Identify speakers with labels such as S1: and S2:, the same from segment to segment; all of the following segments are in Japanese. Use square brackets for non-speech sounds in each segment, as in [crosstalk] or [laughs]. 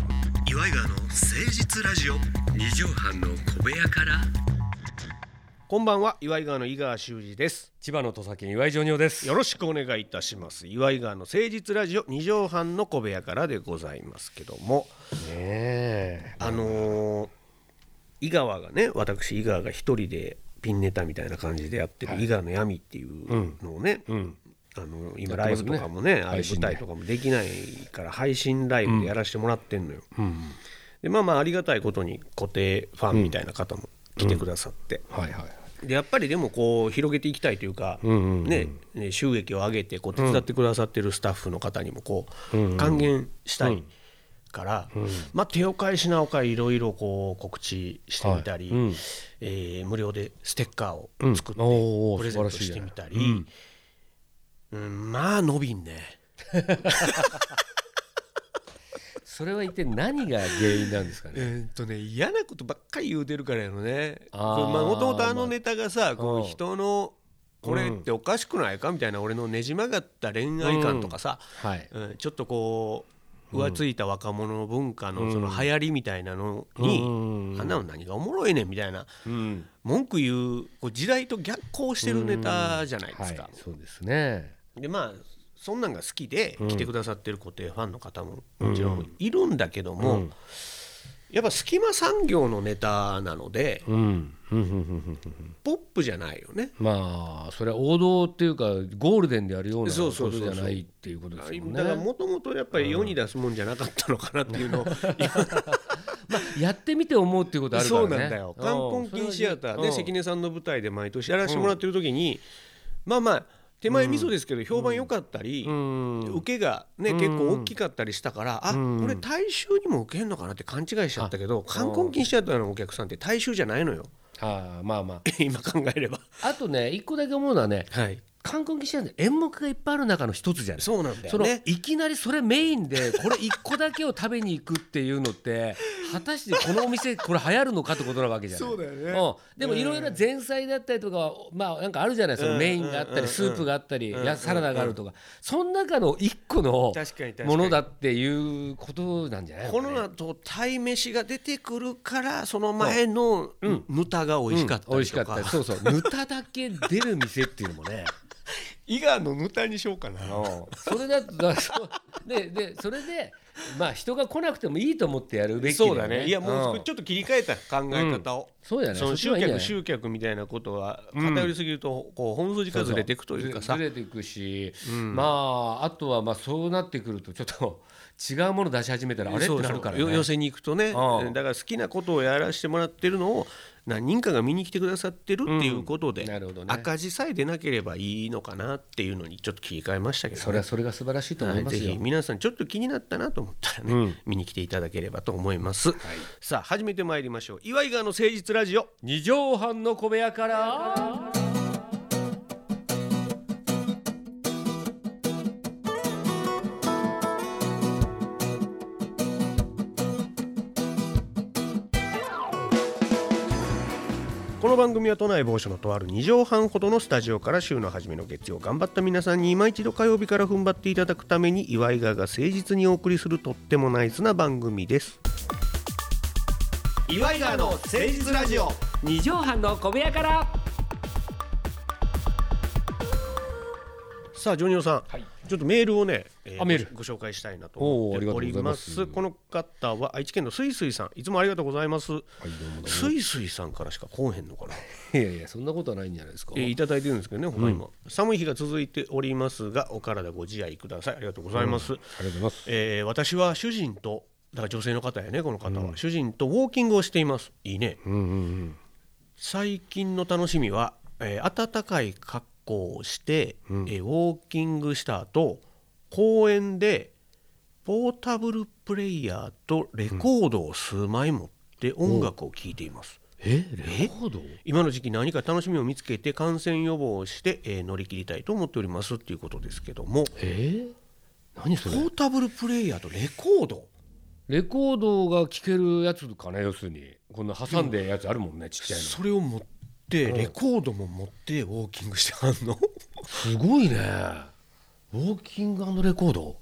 S1: イガーの誠実ラジオ
S2: 二畳半の小部屋から
S1: こんばんは岩井川の井川修司です
S2: 千葉の土佐県岩井ジョニオです
S1: よろしくお願いいたします岩井川の誠実ラジオ二畳半の小部屋からでございますけども
S2: ね
S1: あのー井川がね私井川が一人でピンネタみたいな感じでやってる「井川の闇」っていうのをね、あの今ライブとかもねあれ舞台とかもできないから配信ライブでやらせてもらってんのよ。でまあまあありがたいことに固定ファンみたいな方も来てくださって、
S2: はいはい
S1: でやっぱりでもこう広げていきたいというか、ねね収益を上げてこう手伝ってくださってるスタッフの方にもこう還元したいから、まあ、手を返しなおかいろいろこう告知してみたり、えー無料でステッカーを作って
S2: おー
S1: プレゼント
S2: 素晴らしい
S1: して
S2: じゃな
S1: み
S2: い
S1: たり、うんまあ伸びんね。
S2: それは一体何が原因なんですかね
S1: えーっとね嫌なことばっかり言うてるからやろねこう
S2: あー
S1: まあもともとあのネタがさこ
S2: うん
S1: う人のこれっておかしくないかみたいな俺のねじ曲がった恋愛観とかさ、
S2: はい
S1: うんちょっとこう浮ついた若者の文化のその流行りみたいなのに、
S2: うん
S1: あんなの何がおもろいねんみたいな
S2: うん
S1: 文句言うこう時代と逆行してるネタじゃないで
S2: は
S1: す
S2: い
S1: か。
S2: そうですね
S1: でまあそんなんが好きで来てくださってる固定ファンの方ももちろんいるんだけども、やっぱ隙間産業のネタなので、
S2: うんうんうんうんうん
S1: ポップじゃないよね。
S2: まあそれは王道っていうかゴールデンでやるような
S1: そ
S2: こ
S1: うそ
S2: と
S1: うそう
S2: じ
S1: そう
S2: ゃないっていうことですもん
S1: だから
S2: ね
S1: もともとやっぱり世に出すもんじゃなかったのかなっていうのを、
S2: やってみて思うっていうことあるから
S1: そ
S2: ね
S1: うなんだよ冠婚金シアター
S2: う
S1: で
S2: ん
S1: 関根さんの舞台で毎年やらせてもらってる時に、まあまあ手前味噌ですけど評判良かったり、
S2: うん
S1: 受けがね、結構大きかったりしたから、あこれ大衆にも受けんのかなって勘違いしちゃったけど冠婚金シアターのお客さんって大衆じゃないのよ
S2: ああまあまあ
S1: [laughs] 今考えれば。
S2: あとね一個だけ思うのはね
S1: はい、
S2: 観光記者で演目がいっぱいある中の一つじゃない
S1: そうなんだよ
S2: その
S1: ね。
S2: いきなりそれメインでこれ一個だけを食べに行くっていうのって果たしてこのお店これ流行るのかってことなわけじゃない
S1: そうだよね
S2: ん、でもいろいろ前菜だったりとかはまあなんかあるじゃないそのメインがあったりスープがあったりやサラダがあるとかその中の一個の
S1: 確かに確かに
S2: ものだっていうことなんじゃない
S1: この後鯛めしが出てくるからその前のぬたが美味しかった
S2: 美
S1: り
S2: 味しか
S1: と
S2: っ
S1: か
S2: たりそうそう
S1: [laughs]
S2: ぬただけ出る店っていうのもね
S1: 伊賀のぬたにしようかな
S2: それだとだそうででそれでまあ人が来なくてもいいと思ってやるべき
S1: そうだねいやもう
S2: うん
S1: ちょっと切り替えた考え方を、
S2: そうだね
S1: その
S2: そっ
S1: 集
S2: ちの方がいいんじゃな
S1: 客
S2: い
S1: 集客みたいなことは偏りすぎるとこう本筋からずれていくというかさ
S2: ずれていくし、まああとはまあそうなってくるとちょっと違うもの出し始めたらあれっ
S1: そう
S2: て
S1: そう
S2: なるから
S1: よ寄
S2: ね
S1: せに行くとね
S2: うん
S1: だから好きなことをやらせてもらってるのを何人かが見に来てくださってるっていうことで、
S2: うんなるほどね
S1: 赤字さえ出なければいいのかなっていうのにちょっと切り替えましたけどね
S2: それはそれが素晴らしいと思いま
S1: ぜ
S2: すよ、
S1: ひ皆さんちょっと気になったなと思ったらね、見に来ていただければと思います、さあ始めてまいりましょう岩井川の誠実ラジオ
S2: 二畳半の小部屋から
S1: この番組は都内某所のとある2畳半ほどのスタジオから週の初めの月曜頑張った皆さんに今一度火曜日から踏ん張っていただくために岩井川が誠実にお送りするとってもナイスな番組です岩井川の誠実ラジオ
S2: 二畳半の小部屋から
S1: さあジョニオさん、ちょっとメールをね、え
S2: あメール
S1: ごご紹介したいなと思っております
S2: おーありがとうございます
S1: この方は愛知県のすいすいさんいつもありがとうございますすいすいさんからしか来おへんのかな、
S2: いやいやそんなことはないんじゃないですか
S1: えーいただいてるんですけどねほな今、寒い日が続いておりますがお体ご自愛くださいありがとうございます、
S2: ありがとうございます
S1: えー私は主人とだから女性の方やねこの方は、主人とウォーキングをしていますいいね、最近の楽しみは、えー暖かい格好をして、えーウォーキングした後公園でポータブルプレイヤーとレコードを数枚持って音楽を聴いています、
S2: えレコード
S1: 今の時期何か楽しみを見つけて感染予防をして、えー乗り切りたいと思っておりますっていうことですけども
S2: え何そ
S1: ポ
S2: れ
S1: ータブルプレイヤーとレコード
S2: レコードが聴けるやつかね要するにこんな挟んでやつあるもんねちっちゃいの
S1: それを持ってレコードも持って [laughs] ウォーキングしてはんの
S2: すごいねウォーキングレコード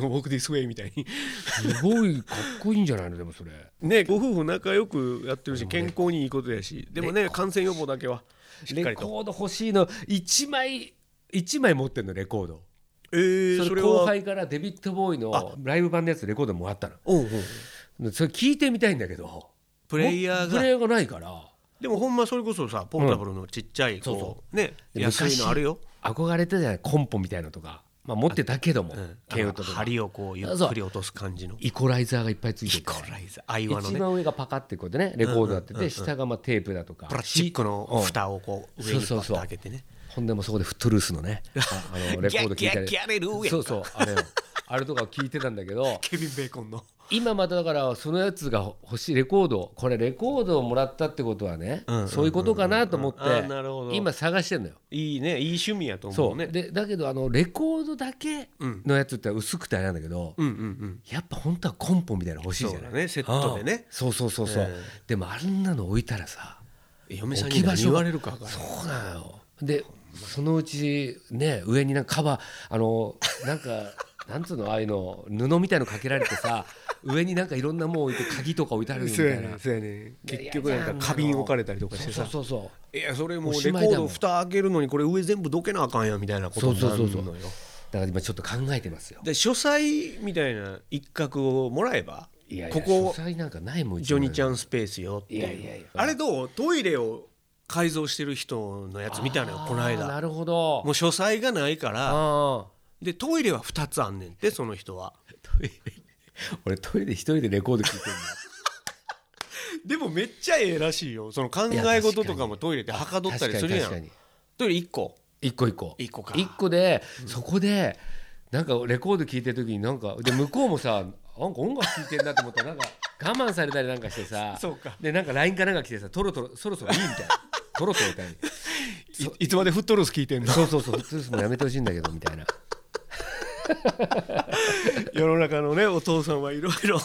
S1: 僕ですみたいに
S2: すごいかっこいいんじゃないのでもそれ
S1: ねご夫婦仲良くやってるし健康にいいことやしでもね感染予防だけはしっか
S2: レ
S1: りと
S2: コード欲しいの1枚1枚持ってんのレコード
S1: えー、
S2: そ
S1: そ
S2: れ
S1: れ
S2: 後
S1: は
S2: 輩からデビッド・ボーイのライブ版のやつレコードもらった
S1: おうおう
S2: のそれ聞いてみたいんだけど
S1: プレイヤー
S2: プ
S1: が
S2: レイヤーがないから
S1: でもほんまそれこそさポータブルのちっちゃいこう、
S2: そうそ
S1: ね
S2: で
S1: 安いのあるよ、
S2: 憧れてたじゃないコンポみたいなのとか、まあ、持ってたけども
S1: うん、
S2: ケンウッドとか
S1: 針をこうゆっくり落とす感じの
S2: イコライザーがいっぱいついてて
S1: コライザー愛和の
S2: 一
S1: ね
S2: 番上がパカってこうでねレコードやってて下がまあテープだとか
S1: プラスチックの蓋をこう
S2: うん
S1: 上にパ
S2: そう
S1: ッ
S2: そう
S1: と
S2: そう
S1: 開けてね
S2: ほんでもうそこでフットルースのねああのレコード聞いた
S1: ギャッギャッ
S2: り
S1: ギャレルーやんか
S2: そうそうあれよあれとかを聞いてたんだけど
S1: ケビン・ベーコンの
S2: 今まただからそのやつが欲しいレコードこれレコードをもらったってことはね
S1: うんうんうんうん
S2: そういうことかなと思っ
S1: あーなるほど
S2: て今探してんのよ
S1: いいねいい趣味やと思
S2: そうう
S1: ね
S2: でだけどあのレコードだけのやつって薄くてあれなんだけど
S1: うんうんうん
S2: やっぱ本当はコンポみたいなの欲しいじ
S1: そ
S2: ゃな
S1: う
S2: い
S1: だねセットでね
S2: ああそうそうそうそう、
S1: うん
S2: でもあんなの置いたらさ
S1: 嫁さんに
S2: 置き場
S1: 何
S2: 所
S1: 言われるか分からん
S2: そうなのよでそのうちね上になんかカバーあのなんか [laughs] なんつうのああいうの布みたいのかけられて
S1: [laughs]
S2: さ上になんかいろんなもん置いて鍵とか置いてあるみた
S1: そうや
S2: い
S1: ね
S2: なん
S1: そうやねん結局なんか花瓶置かれたりとかして
S2: そう
S1: さ
S2: そうそう
S1: いやそれもう
S2: お
S1: レ
S2: し
S1: コ
S2: まい
S1: ー
S2: だ
S1: ド
S2: もん
S1: 蓋開けるのにこれ上全部どけなあかんやみたいなことになるのよ
S2: そうそうそうだから今ちょっと考えてますよ
S1: で書斎みたいな一角をもらえば
S2: いやいや
S1: ここ
S2: 書斎なんかないもん
S1: ジョニち
S2: ゃん
S1: ゃんスペースよっていう
S2: いやいやいや
S1: あれどうトイレを改造してる人のやつ見たのよこの間
S2: なるほど
S1: もう書斎がないから
S2: ああ
S1: でトイレは2つあんねんってその人は
S2: 俺トイレで一人でレコード聴いてるんだ [laughs]
S1: でもめっちゃええらしいよその考え事とかもトイレではかどったりするや
S2: 確かに確か
S1: ん
S2: に
S1: トイレ1個
S2: 一個一個
S1: 一個か
S2: 一個で、そこでなんかレコード聴いてる時になんかで向こうもさなんか音楽聴いてんなと思ったらなんか我慢されたりなんかしてさ
S1: そうか
S2: でなんか LINE かなんか来てさ「トロトロそろそろいい」み
S1: [laughs]
S2: たいな「トロトロ」みたいに
S1: いいつまでフットロース聞いてん
S2: [laughs] 「そうそうそう普通もやめてほしいんだけど」みたいな
S1: 世の中のねお父さんはいろいろ自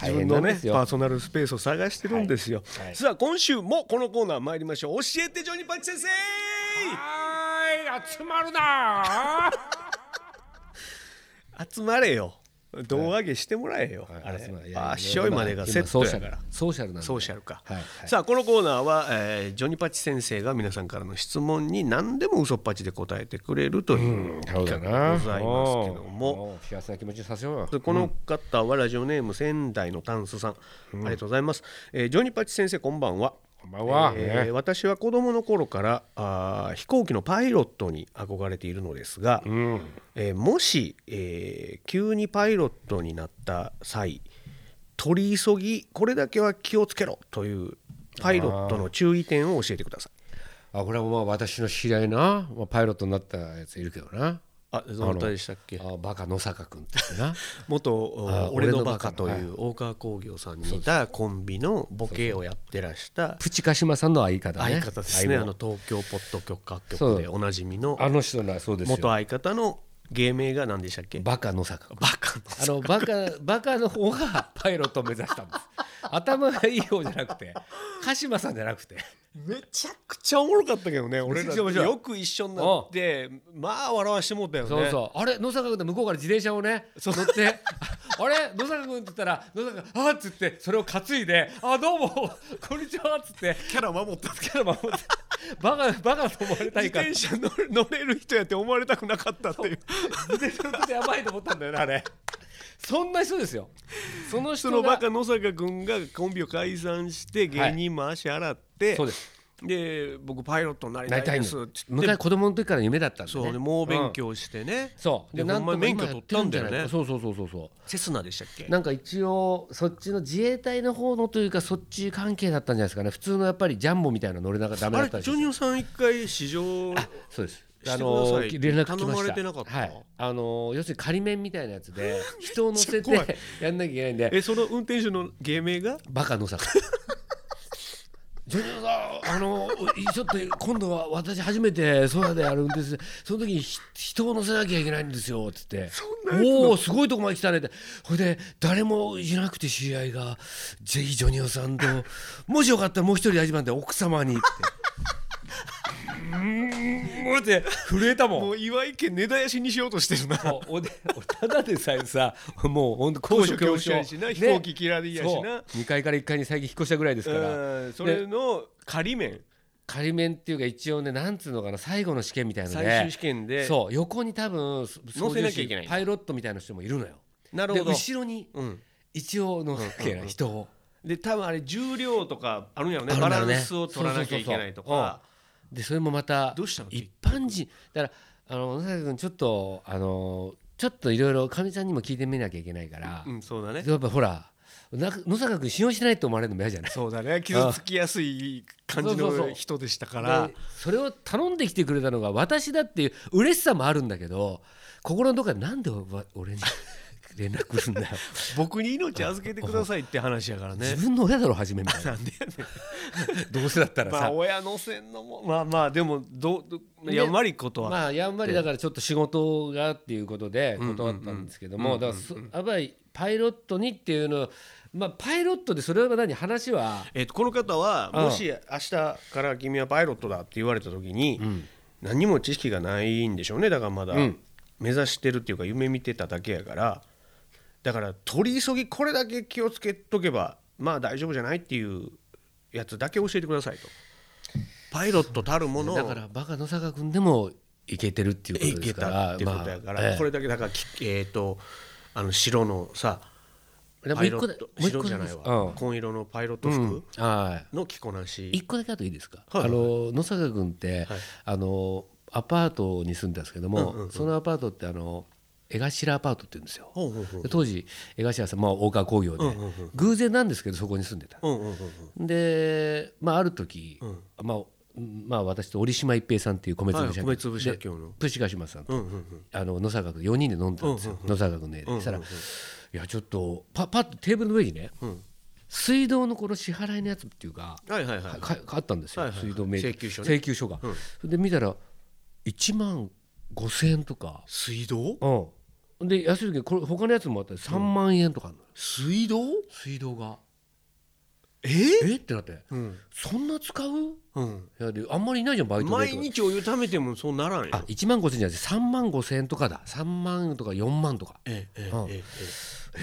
S2: 大
S1: 分
S2: 変
S1: の
S2: なん
S1: ね
S2: ですよ
S1: パーソナルスペースを探してるんですよ、
S2: はいはい
S1: さあ今週もこのコーナー参りましょう教えてジョニパチ先生
S2: はーい集まるな
S1: 集まれよ胴上げしてもらえよ、あれあっしょいまでがセットやから
S2: ソーシャルなんで
S1: ソーシャルか、
S2: はいはい
S1: さあこのコーナーは、えージョニパチ先生が皆さんからの質問に何でも嘘っぱちで答えてくれるという企画でございますけども、
S2: おー幸せな気持ちにさせようよ
S1: でこの方はラジオネーム仙台のタンスさん、ありがとうございます、えージョニパチ先生こんばんは
S2: こんばんは
S1: えー
S2: ね
S1: 私は子供の頃からあー飛行機のパイロットに憧れているのですが、えーもし、えー急にパイロットになった際取り急ぎこれだけは気をつけろというパイロットの注意点を教えてください
S2: あこれはまあ私の知り合いな、まあ、パイロットになったやついるけどな
S1: あどなたでしたっけ
S2: あバカ野坂君って言ってな [laughs]
S1: 元
S2: あ
S1: お俺
S2: ー
S1: の
S2: 俺の
S1: バ
S2: バカ
S1: カという大川工業さんにいたコンビのボケをやってらした
S2: プチカシマさんの相方
S1: 相
S2: ね
S1: 方ですねあ
S2: 相棒
S1: の東京ポッド許可
S2: そ
S1: 局
S2: う
S1: でおなじみの
S2: あの人なそうですよ
S1: 元相方の芸名が何でしたっけ
S2: バカ野坂君
S1: バカの
S2: あのバカバカの方が [laughs] パイロットを目指したんです頭がいい方じゃなくて鹿島さんじゃなくて
S1: めちゃくちゃおもろかったけどね俺
S2: め
S1: ら
S2: ちゃ面白い
S1: よく一緒になってまあ笑わしてもうたよね
S2: そうそうあれ野坂君って向こうから自転車をね乗って [laughs] ああれ野坂君って言ったら野坂君あーっつってそれを担いであどうもこんにちはっつって
S1: キャラ守った
S2: キャラ守ってバカバカと思われた
S1: 自
S2: いから
S1: 転車乗れ乗れる人やって思われたくなかったっていう
S2: 自転車乗っててやばいと思ったんだよねあれそんな人ですよその
S1: そ
S2: 人が
S1: のバカ野坂君がコンビを解散して芸人も足洗って、
S2: そうです
S1: で僕パイロットになりた
S2: なりた
S1: い
S2: い
S1: で
S2: の
S1: すって言って
S2: 昔子供の時から夢だったんで、ね、
S1: そうで猛勉強してね、
S2: そう
S1: で
S2: なん
S1: ほんま免許
S2: 今やるじゃない
S1: 取ったんだ
S2: そうそうそうそうそ
S1: セスナでしたっけ
S2: うなんか一応そっちの自衛隊の方のというかそっち関係だったんじゃないですかね普通のやっぱりジャンボみたいなの乗れながらダメ
S1: あ
S2: だ
S1: れ
S2: ったり
S1: ジョニオさん一回試乗
S2: そうです。
S1: してください
S2: ー連絡来ました。
S1: 頼まれてなかった
S2: はい。あのー要するに仮免みたいなや
S1: [laughs]
S2: つで人を乗せて
S1: 怖い
S2: [laughs] やんなきゃいけないんで、
S1: えその運転手の芸名が
S2: バカのさ。ジョニオさん、あのーちょっと今度は私初めて空であるんです。その時にひ人を乗せなきゃいけないんですよって言って、おおすごいとこまで来たねって。ほいで誰もいなくて知り合いがぜひジョニオさんともしよかったらもう一人始まんで奥様にって。こうって震えたもん
S3: もう岩井家根絶やしにしようとしてるな
S2: もうおでおただでさえさもう本当
S3: 高
S2: 高
S3: 所
S2: 所
S3: 恐
S2: 恐
S3: 怖
S2: 怖
S3: 症
S2: 症
S3: やしな、
S2: ね
S3: 飛行機嫌いやしな
S2: そう2階から1階に最近引っ越したぐらいですから
S3: うんそれの仮面
S2: 仮面っていうか一応ねなんつうのかな最後の試験みたいなの
S1: 最
S2: で
S1: 終試験で
S2: そう横に多分
S1: 乗せなきゃいけない
S2: 操縦士パイロットみたいな人もいるのよ
S1: なる
S2: で
S1: ほど
S2: 後ろに
S1: うん
S2: 一応乗せなきゃいけない人を
S1: で多分あれ重量とかあるんやろね
S2: あるん
S1: バ
S2: だ
S1: ラ
S2: ろうね
S1: ンスを取らなきゃいけないと
S2: そうそうそうそ
S1: か
S2: でそれもまた
S1: どうしたの
S2: 一般人だからあの野崎君ちょっとあのちょっといろいろかみちゃんにも聞いてみなきゃいけないから
S1: うんそうだね
S2: やっぱほらな野坂君信用してないと思われるのも嫌じゃない
S3: そうだね傷つきやすい感じの人でしたから
S2: でそれを頼んできてくれたのが私だっていう嬉しさもあるんだけど心のどこかでなんでわ俺に連絡くるん [laughs] だよ、
S3: 僕に命預けてくださいって話やからね
S2: 自分の親だろ初めみたいなどうせだったらさ、
S3: まあ親のせんのもまあまあでもどう
S2: で
S3: やんまりことは
S2: まあやんまりだからちょっと仕事がっていうことで断ったんですけどもだからそやっぱりパイロットにっていうのまあパイロットでそれは何話は
S1: えっとこの方は
S2: うん
S1: もし明日から君はパイロットだって言われた時に何にも知識がないんでしょうねだからまだ
S2: ん
S1: 目指してるっていうか夢見てただけやからだから取り急ぎこれだけ気をつけとけばまあ大丈夫じゃないっていうやつだけ教えてくださいとパイロットたるものを
S2: だからバカ野坂君でもいけてるっていうこ
S1: い
S2: とで
S1: け
S2: すから
S1: たっていうことやから、
S2: まあええ
S1: これだけだからきえっ、とあの白のさ
S2: でも
S1: パ
S2: う
S1: イ
S2: 一
S1: ロ
S2: 個だ
S1: ット
S2: もう一個
S1: 白じゃない
S2: だけですう
S1: わ
S2: ん
S1: 紺色のパイロット服
S2: はい
S1: の着こなし、
S2: 一個だけあといいですか、
S1: はいはい
S2: あの野坂君って、
S1: い
S2: あのアパートに住んでたんですけども、そのアパートってあの江頭アパートって言うんですよ、
S1: ほうほうほう
S2: で当時江頭さん、まあ、大川工業で、偶然なんですけどそこに住んでた、
S1: うんうんうん
S2: で、まあ、ある時、まあまあ、私と折島一平さんっていう米
S1: はい
S2: 粒社
S1: 米粒社協の
S2: プシカシマさんと、
S1: うんうんうん
S2: あの野坂君4人で飲んでたんですよ、野坂君の家で、そしたら「いやちょっとパパッとテーブルの上にね、水道のこの支払いのやつっていうか
S1: はいはいはい
S2: かかあったんですよ、
S1: はいはいはい
S2: 水道メーター
S1: 請求書ね
S2: 請求書が、で見たら1万5,000円とか、
S1: 水道
S2: うん、で安い時これ他のやつもあったら3万円とかあるのよ、
S1: 水道
S2: 水道が
S1: え
S2: えってなって、
S1: ん
S2: そんな使う
S1: うん
S2: いやであんまりいないじゃんバイトでとか
S1: 毎日お湯貯めてもそうならんよ
S2: あ1万5,000円じゃなくて3万5,000円とかだ3万とか4万とか
S1: えええ
S2: うん
S1: え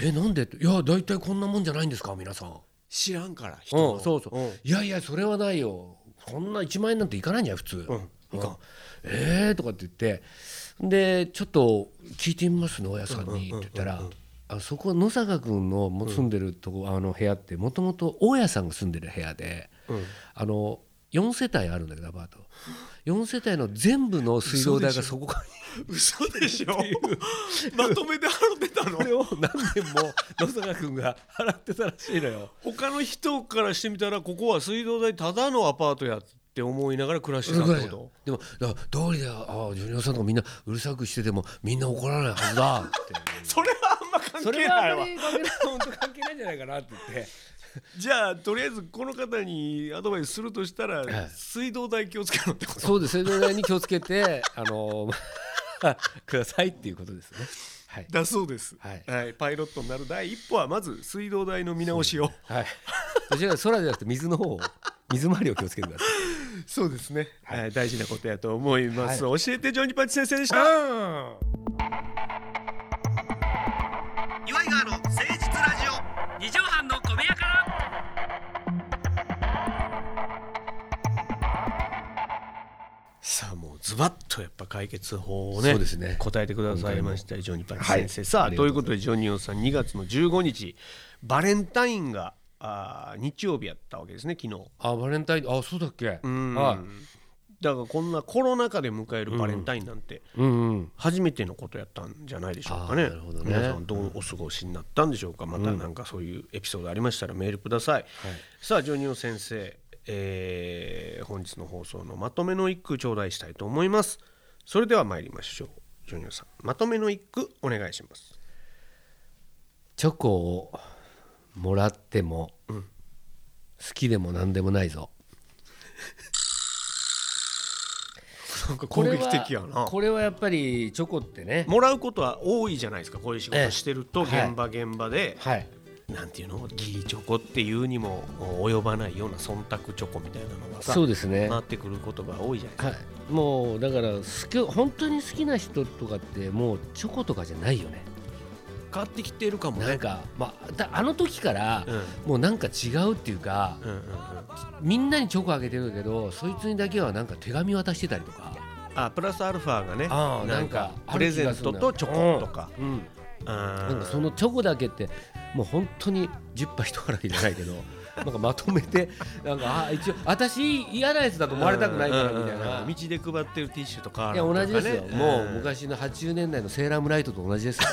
S1: え
S2: えなんでっていや大体こんなもんじゃないんですか皆さん
S1: 知らんから人
S2: う
S1: の
S2: ん、そうそう、
S1: ん
S2: いやいやそれはないよこんな1万円なんていかないんじゃない普通、
S1: うん
S2: うんえー、とかって言ってでちょっと聞いてみますね親さんにって言ったら、あそこ野坂君のも住んでるとこ、あの部屋ってもともと大家さんが住んでる部屋で、あの4世帯あるんだけどアパート4世帯の全部の水道代がそこから
S3: 嘘でしょまとめて払ってたの
S2: これを何年も野坂君が払ってたらしいのよ。
S1: [laughs] 他の人からしてみたらここは水道代ただのアパートやって思いながら暮らしてたってこと
S2: でもだから道理でああジュニオさんとかみんなうるさくしててもみんな怒らないはずだって
S3: それはあんま関
S2: そ
S3: 係
S2: れ
S3: な
S2: はいあ
S3: わ
S2: まり関係ない本当関係ないんじゃないかなって言って
S3: じゃあとりあえずこの方にアドバイスするとしたら、
S2: ええ
S3: 水道代気をつけろってこと
S2: そうですそれぐらいに気をつけ [laughs] てあのくださいっていうことですねはい
S3: だそうです、
S2: はい
S3: パイロットになる第一歩はまず水道代の見直しを
S2: はいどちらか空じゃなくて水の [laughs] 方を水回りを気をつけてください
S3: そうですね、はい、大事なことやと思います、教えてジョニパチ先生でした
S4: 岩井川の誠実ラジオ二畳半の小部屋から
S1: さあもうズバッとやっぱ解決法をね
S2: そうですね
S1: 答えてくださいましたジョニーパン先生、
S2: はい
S1: さ
S2: あ
S1: あ
S2: りが
S1: とい
S2: と
S1: ううことでジョニオさん2月の15日バレンタインがあー日曜日やったわけですね昨日
S2: あバレンタインあそうだっけ
S1: ん
S2: はい
S1: だからこんなコロナ禍で迎えるバレンタインなんて
S2: うんうん
S1: 初めてのことやったんじゃないでしょうかね
S2: あーなるほどね
S1: 皆さんどうお過ごしになったんでしょうかまたなんかそういうエピソードありましたらメールください、さあジョニオ先生、えー本日の放送のまとめの一句頂戴したいと思いますそれでは参りましょうジョニオさんまとめの一句お願いします
S2: チョコをもらっても、好きでも何でもないぞ
S1: なんか
S2: これは
S1: な
S2: これはやっぱりチョコってね
S1: もらうことは多いじゃないですかこういう仕事してると
S2: ええ
S1: 現場現場で
S2: はい
S1: なんていうのギリチョコっていうにも及ばないような忖度チョコみたいなのがさ
S2: そうですね
S1: なってくることが多いじゃないですか、
S2: はい、もうだから好き本当に好きな人とかってもうチョコとかじゃないよね
S1: 変わってきてるかもね
S2: なんか、まあ、だあの時から
S1: うんうん
S2: もうなんか違うっていうか、
S1: うんうん
S2: みんなにチョコあげてるけどそいつにだけはなんか手紙渡してたりとか、
S1: あプラスアルファがね
S2: あー
S1: なんか
S2: なんか
S1: プレゼントとチョコとか
S2: うん、
S1: な
S2: なんかそのチョコだけってもう本当に10杯一腹じゃないけど [laughs] なんかまとめてなんかあ一応私嫌なやつだと思われたくないからみたいな。
S1: 道で配ってるティッシュとか
S2: いや同じですよ、
S1: なんかね
S2: もうん昔の80年代のセーラームライトと同じですよ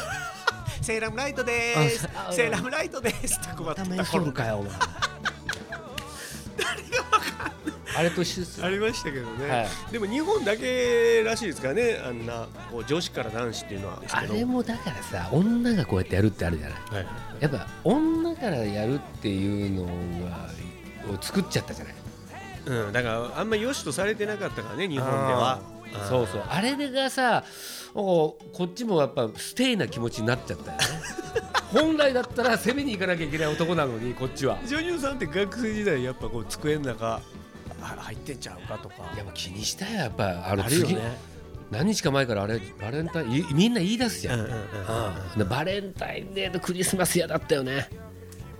S1: セーラムライトです
S2: あさ
S1: セーラムライトですって配ってた頃
S2: かよお前誰がわかんないあれと一緒ですよ
S1: ありましたけどね、
S2: はい
S1: でも日本だけらしいですからねあんなこう女子から男子っていうのはです
S2: あ
S1: けど
S2: れもだからさ女がこうやってやるってあるじゃない
S1: はい
S2: やっぱ女からやるっていうのがを作っちゃったじゃない
S1: うん、だからあんまり良しとされてなかったからね日本ではあー
S2: そうそうあれがさおこっちもやっぱステイな気持ちになっちゃったよ [laughs] ね本来だったら攻めに行かなきゃいけない男なのにこっちは
S1: ジョニオさんって学生時代やっぱこう机の中は入ってんちゃうかとか
S2: やっぱ気にしたよやっぱあの
S1: あるよ
S2: 次、
S1: ね、
S2: 何日か前からあれバレンタインいみんな言い出すじ
S1: う
S2: ゃ
S1: ん
S2: ん、
S1: うんうん、あ
S2: でバレンタインデーとクリスマス嫌だったよね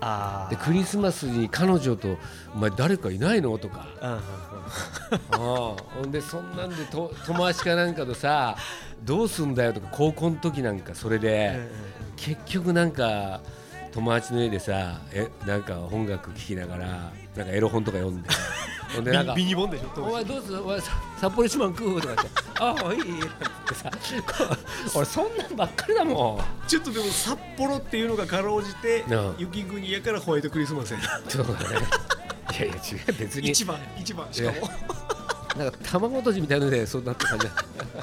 S1: あ
S2: でクリスマスに彼女と「お前誰かいないの?」とか
S1: うんうんうん
S2: [laughs] うんほんでそんなんでと友達かなんかとさどうすんだよとか高校の時なんかそれで結局なんか友達の家でさえなんか音楽聴きながらなんかエロ本とか [laughs] 読んでほんでなんか
S1: ビビニボンでしょ当
S2: お
S1: 時
S2: 前どうするお前さ札幌一番食うとか言って「ああいい」 [laughs] なんて言ってさこう俺そんなんばっかりだもん
S1: ちょっとでも札幌っていうのがかろうじて
S2: うん
S1: 雪国やからホワイトクリスマスや [laughs] な
S2: そうだねいやいや違う別に
S1: 一番一番しかも
S2: なんか卵とじみたいのでそうなった感じだ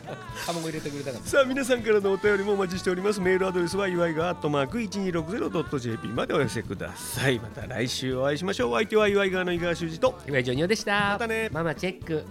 S2: [laughs] 卵入れてくれたか
S1: [laughs]
S2: ら
S1: さあ皆さんからのお便りもお待ちしておりますメールアドレスは祝いがアットマーク 1260.jp までお寄せくださいまた来週お会いしましょうお相手は祝いがの井川修司と
S2: 今井ジョニオでした
S1: またね
S2: ママチェック